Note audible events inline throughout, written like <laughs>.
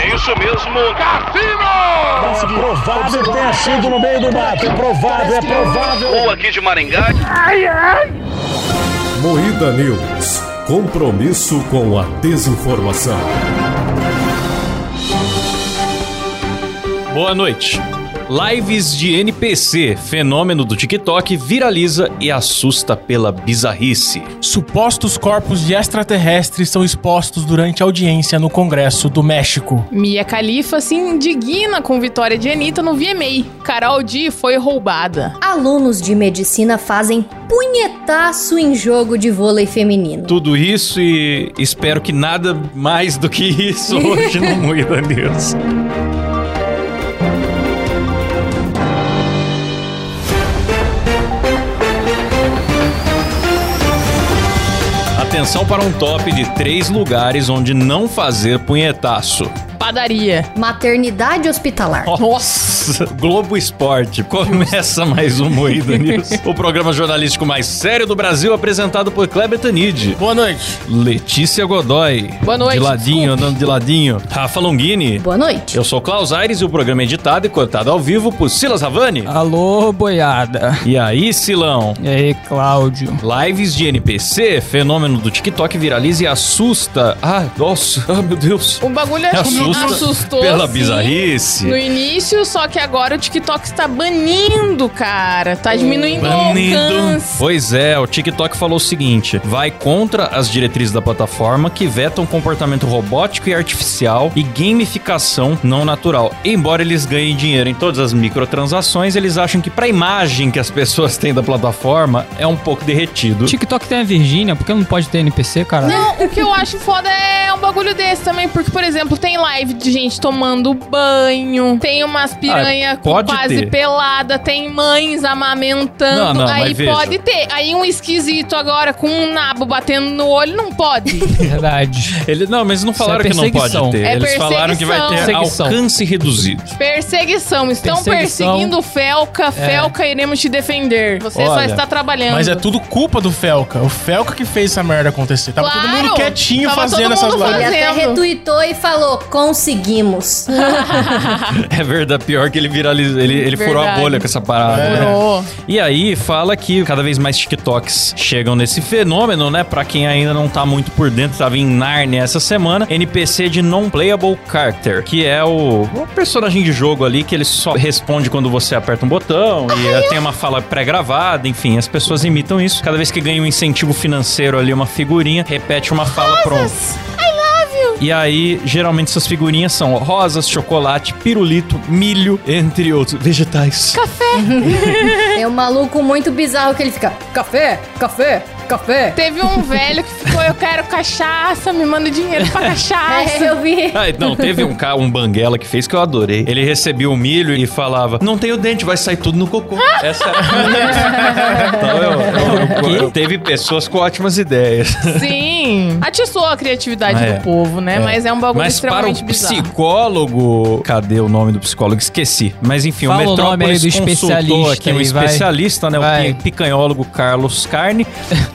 É isso mesmo, Cassino! É provável que tenha sido no meio do mato. É provável, é provável. Ou aqui de Maringá. Moída News. Compromisso com a desinformação. Boa noite. Lives de NPC, fenômeno do TikTok, viraliza e assusta pela bizarrice. Supostos corpos de extraterrestres são expostos durante audiência no Congresso do México. Mia Khalifa se indigna com vitória de Anitta no VMA. Carol Di foi roubada. Alunos de medicina fazem punhetaço em jogo de vôlei feminino. Tudo isso e espero que nada mais do que isso hoje no Moída News. Atenção para um top de três lugares onde não fazer punhetaço. Padaria. Maternidade hospitalar. Nossa! Globo Esporte. Começa mais um Moída News. <laughs> o programa jornalístico mais sério do Brasil, apresentado por Kleber Tanid. Boa noite. Letícia Godoy. Boa noite, De ladinho, desculpe. andando de ladinho. Rafa Longini. Boa noite. Eu sou Klaus Aires e o programa é editado e cortado ao vivo por Silas Havani. Alô, boiada. E aí, Silão? E aí, Cláudio? Lives de NPC, fenômeno do TikTok viraliza e assusta. Ah, nossa, <laughs> ah, meu Deus. O bagulho é Assusta assustou. pela sim, bizarrice. No início, só que agora o TikTok está banindo, cara. Tá diminuindo Banido. o alcance. Pois é, o TikTok falou o seguinte: vai contra as diretrizes da plataforma que vetam comportamento robótico e artificial e gamificação não natural. Embora eles ganhem dinheiro em todas as microtransações, eles acham que pra imagem que as pessoas têm da plataforma é um pouco derretido. TikTok tem a Virgínia, por que não pode ter NPC, cara? Não, o que eu acho foda é um bagulho desse também, porque, por exemplo, tem live de gente tomando banho, tem umas piranha com Ah, pode quase ter. pelada, tem mães amamentando, Não, não, aí mas veja. pode ter. Aí um esquisito agora com um nabo batendo no olho, não pode. É Verdade. Ele, não, mas não Isso é falaram que não pode perseguição. ter. É eles falaram que vai ter perseguição. alcance reduzido. Perseguição, estão Perseguição. perseguindo o Felca, Felca, iremos te defender. Você só É. Olha, está trabalhando. Mas é tudo culpa do Felca. O Felca que fez essa merda acontecer. Tava Claro. todo mundo quietinho Tava todo fazendo mundo essas lives. Ele até fazendo. retuitou e falou: conseguimos. É verdade, pior que ele viralizou. Ele, ele furou a Verdade. bolha com essa parada. né? Furou. E aí fala que cada vez mais TikToks chegam nesse fenômeno, né? Pra quem ainda não tá muito por dentro, tava em Narnia essa semana, NPC de Non-Playable Character, que é o, o personagem de jogo ali que ele só responde quando você aperta um botão e eh, tem uma fala pré-gravada, enfim, as pessoas imitam isso. Cada vez que ganha um incentivo financeiro ali, uma figurinha, repete uma fala, pronto. E aí, geralmente essas figurinhas são rosas, chocolate, pirulito, milho, entre outros vegetais. É um maluco muito bizarro que ele fica: café, café, café. Teve um velho que ficou, eu quero cachaça, me manda dinheiro <laughs> pra É, cachaça. eu vi. Ah, não, teve um cara, um banguela que fez que eu adorei. Ele recebia o milho e falava: Não tenho dente, vai sair tudo no cocô. Essa então, eu, eu- eu- eu- Teve pessoas com ótimas ideias. Sim. Atiçou a criatividade É, do povo, né? Mas é um bagulho Mas para o extremamente bizarro. psicólogo. Cadê o nome do psicólogo? Esqueci. Mas enfim, Fala o o nome Metrópolis aí do consultou especialista aqui um aí, vai. especialista, né? Vai. O pi- picanhólogo Carlos <laughs> Carne.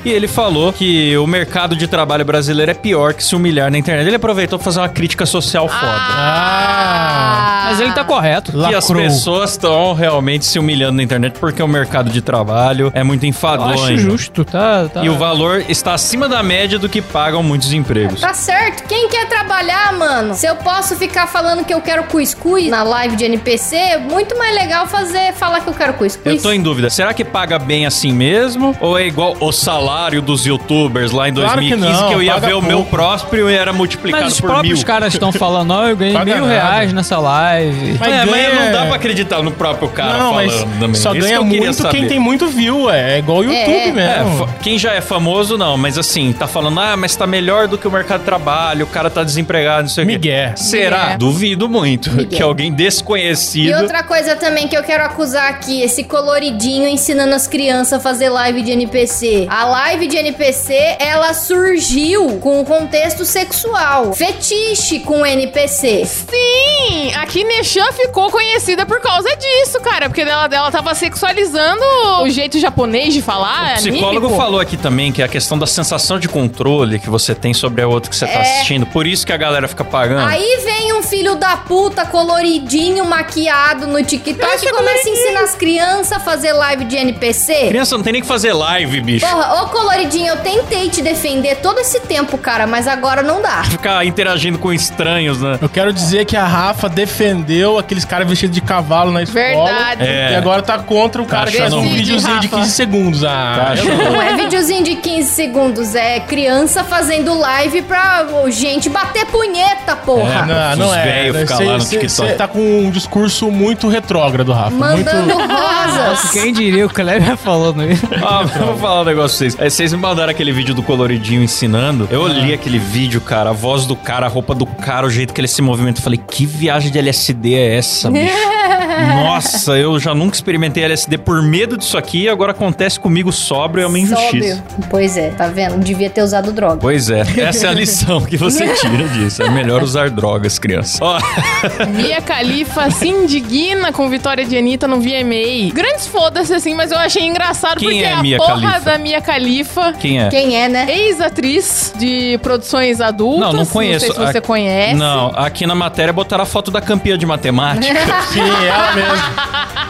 e ele falou que o mercado de trabalho brasileiro é pior que se humilhar na internet. Ele aproveitou pra fazer uma crítica social foda. Ah. Mas ele tá correto. E as pessoas estão realmente se humilhando na internet porque o mercado de trabalho é muito Eu enfadonho. acho justo, tá? tá. E o valor está acima da média do que pagam muitos empregos. Tá certo. Quem quer trabalhar, mano? Se eu posso ficar falando que eu quero cuscuz na live de NPC, é muito mais legal fazer falar que eu quero cuscuz. Eu tô em dúvida. Será que paga bem assim mesmo? Ou é igual o salário dos youtubers lá em Claro que 2015 que, não, eu ia paga ver o meu pouco. próprio e era multiplicado Mas os por mil? próprios caras estão falando, ó, eu ganhei Paga mil nada. reais nessa live. Mas é, ganha- mas não dá pra acreditar no próprio cara Não, falando mas também. só Isso que ganha eu queria muito saber. quem tem muito view, é. É igual o YouTube É. É, mesmo. fa- quem já é famoso, não, mas assim, tá falando, ah, mas tá melhor do que o mercado de trabalho, o cara tá desempregado, não sei o quê. Miguel. Será? Miguel. Duvido muito Miguel. que alguém desconhecido. E outra coisa também que eu quero acusar aqui, esse coloridinho ensinando as crianças a fazer live de NPC. A live de NPC, ela surgiu com o contexto sexual, fetiche com NPC. Sim, a Kineshan ficou conhecida por causa disso, cara. Porque dela, dela tava sexualizando o jeito japonês de falar. É O psicólogo anímico. falou aqui também que é a questão da sensação de controle que você tem sobre a outra que você tá assistindo. Por isso que a galera fica pagando. É. Aí vem um um filho da puta coloridinho, maquiado no TikTok e começa a ensinar as crianças a fazer live de NPC? Criança não tem nem que fazer live, bicho. Porra, ô coloridinho, eu tentei te defender todo esse tempo, cara, mas agora não dá. Ficar interagindo com estranhos, né? Eu quero dizer que a Rafa defendeu aqueles caras vestidos de cavalo na escola. Verdade. É. E agora tá contra o cara que faz um achando- videozinho Decide, de Rafa. 15 segundos. Tá Ah, <laughs> Não é videozinho de 15 segundos, é criança fazendo live pra ô, gente bater punheta, porra. não, Ah, Os não é. velhos ficam lá no TikTok. Você tá com um discurso muito retrógrado, <laughs> Rafa. Mandando Muito... é rosas. Quem diria o Kleber falando isso? Ah, eu vou falar um negócio pra vocês. É, Vocês me mandaram aquele vídeo do coloridinho ensinando. Eu li aquele vídeo, cara, a voz do cara, a roupa do cara, o jeito que ele se movimenta. Eu falei, que viagem de LSD é <laughs> essa, bicho? Nossa, eu já nunca experimentei LSD por medo disso aqui e agora acontece comigo sóbrio, é uma injustiça. Sóbrio. Pois é, tá vendo? Devia ter usado droga. Pois é, essa é a lição que você tira disso. É melhor usar drogas, criança. Ó, Mia Khalifa se indigna com vitória de Anitta no VMA. Grandes foda-se assim, mas eu achei engraçado Quem porque é a Mia porra Khalifa? da Mia Khalifa. quem é? Quem é, né? Ex-atriz de produções adultas. Não, não conheço. Não sei se você A- conhece. Não, aqui na matéria botaram a foto da campeã de matemática. <laughs> Ah, Sim, é ela mesmo.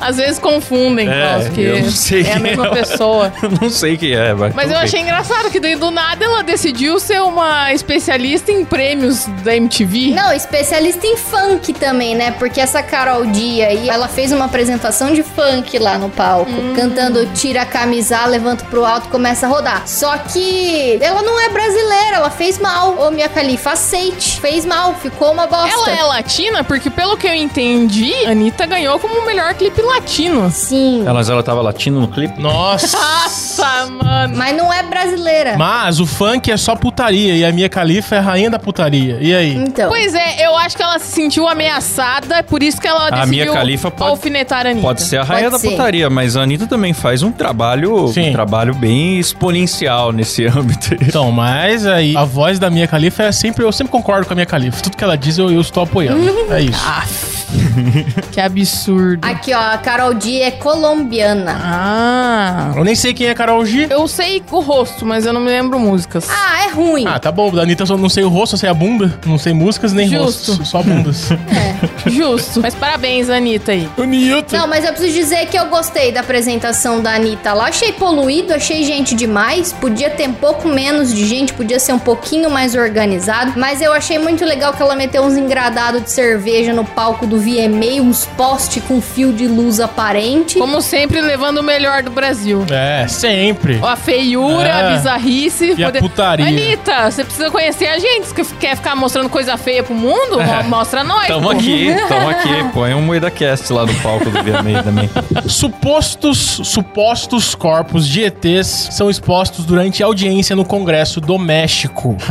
Às vezes confundem, É, Klaus, que eu <laughs> não sei é a quem mesma ela- pessoa. não sei quem é, mas. Mas eu tudo bem. achei engraçado que daí do nada ela decidiu ser uma especialista em prêmios da MTV. Não, especialista em funk também, né? Porque essa Carol Dia aí, ela fez uma apresentação de funk lá no palco, Hum. cantando Tira a camisa, levanta pro alto, começa a rodar. Só que ela não é brasileira, ela fez mal. Ô, minha califa, aceite. Fez mal, ficou uma bosta. Ela é latina porque, pelo que eu entendi, a Anitta ganhou como o melhor clipe latino. Sim, Ah, mas ela tava latindo no <laughs> clipe? Nossa. Nossa, Tá, mano. mas não é brasileira. Mas o funk é só putaria e a minha califa é a rainha da putaria. E aí? Então. Pois é, eu acho que ela se sentiu ameaçada, é por isso que ela decidiu Mia Khalifa pode- alfinetar a Anitta. Pode ser a Pode rainha da ser. putaria, mas a Anitta também faz um trabalho, Sim. um trabalho bem exponencial nesse <laughs> âmbito. aí. Então, mas aí a voz da minha califa é sempre. Eu sempre concordo com a minha califa. Tudo que ela diz eu, eu estou apoiando. É isso. <laughs> Ah. Que absurdo. Aqui, ó, a Carol Dia é colombiana. Ah. Eu nem sei quem é Carol G. Eu sei o rosto, mas eu não me lembro músicas. Ah, é ruim. Ah, tá bom. Da Anitta eu só não sei o rosto, eu sei a bunda. Não sei músicas nem Justo. rosto. Só bundas. <laughs> Justo. Mas parabéns, Anitta aí. Anitta. É. Não, mas eu preciso dizer que eu gostei da apresentação da Anitta lá. Achei poluído, achei gente demais. Podia ter um pouco menos de gente, podia ser um pouquinho mais organizado. Mas eu achei muito legal que ela meteu uns engradados de cerveja no palco do VMA, uns poste com fio de luz aparente. Como sempre, levando o melhor do Brasil. É, sempre. A feiura, É. a bizarrice. E a putaria. Anitta, você precisa conhecer a gente. Você quer ficar mostrando coisa feia pro mundo? Mostra nós. É. Tamo pô. aqui, tamo aqui. Põe um Moeda Cast lá no palco do VMA também. <laughs> Supostos, supostos corpos de ETs são expostos durante audiência no Congresso <laughs> do México. <laughs>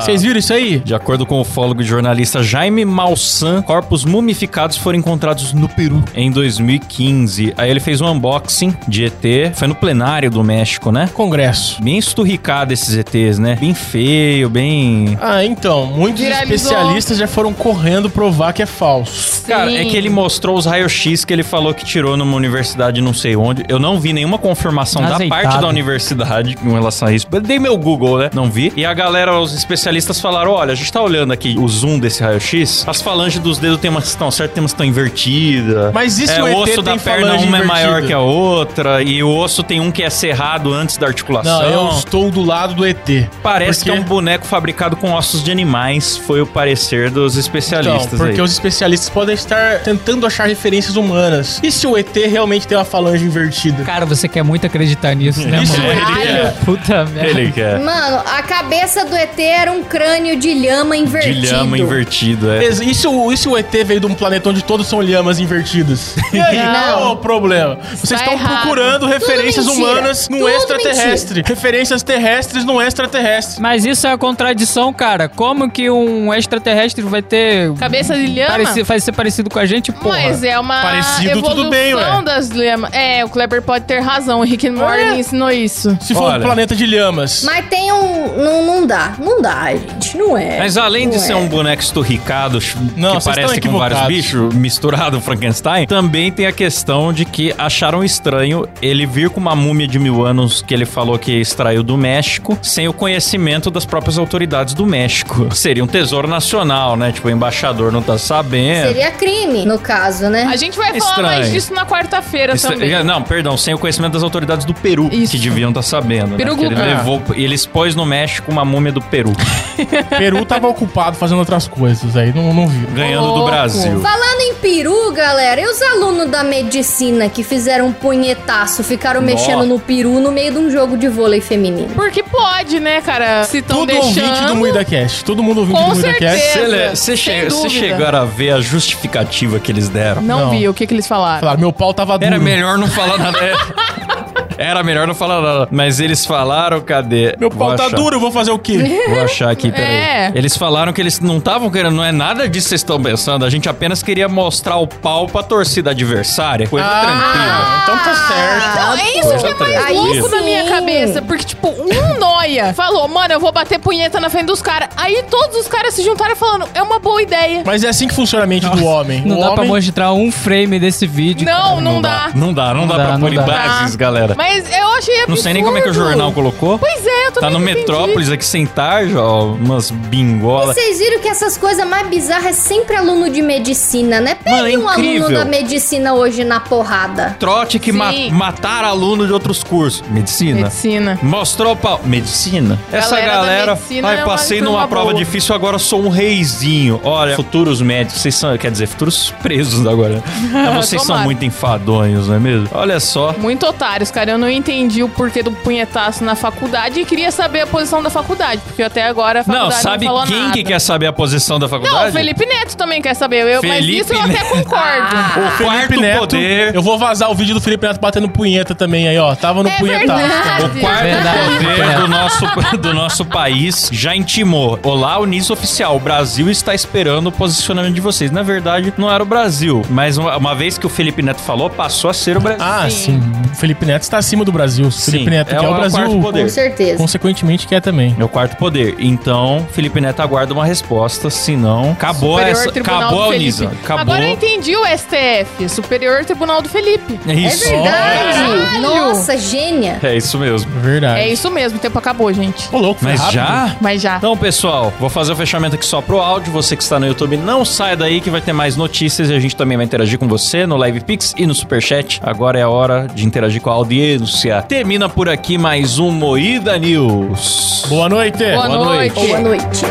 Vocês viram isso aí? De acordo com o fólogo e jornalista Jaime Malsan, corpos mumificados foram encontrados no Peru em 2015. Aí ele fez um unboxing de ET, foi no plenário do México, né? Congresso. Bem esturricado esses ETs, né? Bem feio, bem. Ah, então, muitos Viralizou. especialistas já foram correndo provar que é falso. Cara, Sim. é que ele mostrou os raios-x que ele falou que tirou numa universidade não sei onde. Eu não vi nenhuma confirmação Azeitado. da parte da universidade com relação a isso. Eu dei meu Google, né? Não vi. E a galera, os especialistas falaram, olha, a gente tá olhando aqui o zoom desse raio-x, as falanges dos dedos tem umas que estão certas, tem umas que estão invertidas. Mas e se é, o ET osso tem da perna, falange uma é maior invertida? que a outra, e o osso tem um que é cerrado antes da articulação. Não, eu estou do lado do ET. Parece que é Porque- um boneco fabricado com ossos de animais, foi o parecer dos Então, especialistas aí. porque os especialistas podem estar tentando achar referências humanas. E se o ET realmente tem uma falange invertida? Cara, você quer muito acreditar nisso, né, Isso mano? é ele, é. Puta merda. Ele quer. Mano, a cabeça do ET era um crânio de lhama De invertido. lhama invertido, é. E se, o, e se o ET veio de um planeta onde todos são lhamas <laughs> invertidas? E aí, qual é o problema? Vocês estão errado. procurando referências mentira. humanas num Tudo extraterrestre. Referências terrestres num extraterrestre. Mas isso é uma contradição, cara. Como que um extraterrestre vai ter cabeça de lhama. Parece, faz ser parecido com a gente, porra. Mas é uma Parecido, evolução tudo bem, ué. das lhamas. É, o Kleber pode ter razão. O Rick and Morty É. ensinou isso. Se for Olha. um planeta de lhamas. Mas tem um. Não, não dá. Não dá, gente. Não é. Mas além de Não ser é. um boneco esturricado, Não, que vocês parece estão com vários equivocados. bichos, misturado ao Frankenstein, também tem a questão de que acharam estranho ele vir com uma múmia de mil anos que ele falou que extraiu do México, sem o conhecimento das próprias autoridades do México. <laughs> Seria um tesouro nacional, né? Tipo, o embaixador não tá sabendo. Seria crime, no caso, né? A gente vai falar É Estranho. mais disso na quarta-feira Isso- também. é, Não, perdão, sem o conhecimento das autoridades do Peru, Isso. que deviam estar sabendo. né? Peru Que ele, Gugu. levou, ele expôs no México uma múmia do Peru, Peru tava ocupado fazendo outras coisas aí, não, não vi. ganhando do Louco. Brasil. Falando em peru, galera, e os alunos da medicina que fizeram um punhetaço, ficaram Nossa. mexendo no peru no meio de um jogo de vôlei feminino? Porque pode, né, cara? Se estão Todo ouvinte do deixando... Muida Cast. Todo mundo ouvinte Com do Muida certeza. Cast. Você le- Sem Você che- dúvida. você chegaram a ver a justificativa que eles deram? Não, Não. vi o que, que eles falaram. Falaram, meu pau tava duro. Era melhor não falar nada. É. Era melhor não falar nada. Mas eles falaram, cadê? Meu Vou pau tá achar. duro, eu vou fazer o <laughs> quê? Vou achar aqui, peraí. É. Eles falaram que eles não estavam querendo, não é nada disso que vocês estão pensando. A gente apenas queria mostrar o pau pra torcida adversária. Coisa tranquila. Ah. então tá certo. Então, é isso que é mais Aí louco sim. na minha cabeça. Porque, tipo, <laughs> um noia falou, mano, eu vou bater punheta na frente dos caras. Aí todos os caras se juntaram falando, é uma boa ideia. Mas é assim que funciona a mente do homem. Não o dá pra homem... mostrar um frame desse vídeo. não, não, dá. Não dá, não, dá, dá, pra não pôr dá. imagens, Tá. galera. Mas eu achei absurdo. Não sei nem como é que o jornal colocou. Pois é, eu também Tá no não entendi. Metrópolis aqui sem tarja, ó, umas bingolas. Vocês viram que essas coisas mais bizarras é sempre aluno de medicina, né? Pegue Mano, é um aluno incrível. da medicina hoje na porrada. Trote que ma Sim. matar aluno de outros cursos. Medicina. Medicina. Mostrou o pau. Medicina? Essa Galera da galera. medicina ai, é uma passei turma numa prova boa." difícil, agora sou um reizinho. Olha, futuros médicos, vocês são. Quer dizer, futuros presos agora. <laughs> né? Mas vocês são Tomara. muito enfadonhos, não é mesmo? Olha só. Muito otários, cara. Eu não entendi o porquê do punhetaço na faculdade e queria saber a posição da faculdade, porque até agora a Não, faculdade não, sabe falou quem nada. que quer saber a posição da faculdade? Não, o Felipe Neto também quer saber. Eu, mas Felipe isso eu até Neto. Ah, concordo. O quarto Felipe Neto, poder. Eu vou vazar o vídeo do Felipe Neto batendo punheta também aí, ó. Tava no É punhetaço. tá verdade. O quarto Verdade. É. poder É do nosso, do nosso país já intimou. Olá, Unis Oficial. O Brasil está esperando o posicionamento de vocês. Na verdade, não era o Brasil. Mas uma, uma vez que o Felipe Neto falou, passou a ser o Brasil. Ah, sim. O Felipe Neto está acima do Brasil. O Sim, Felipe Neto é quer o o quarto Brasil, poder. Com certeza. consequentemente, quer também. É o quarto poder. Então, Felipe Neto aguarda uma resposta, senão acabou Superior essa, Tribunal é acabou do a Felipe. Unisa. Acabou. Agora eu entendi o STF, Superior Tribunal do Felipe. É É isso. verdade. Caralho. Nossa, gênia. É isso mesmo. Verdade. É isso mesmo, o tempo acabou, gente. Ô, louco, foi Mas rápido. já? Mas já. Então, pessoal, vou fazer o fechamento aqui só pro áudio. Você que está no YouTube, não sai daí que vai ter mais notícias e a gente também vai interagir com você no Live Pix e no Superchat. Agora é a hora de interagir com a audiência. Termina por aqui mais um Moída News. é, Boa noite. Boa, noite. Boa noite.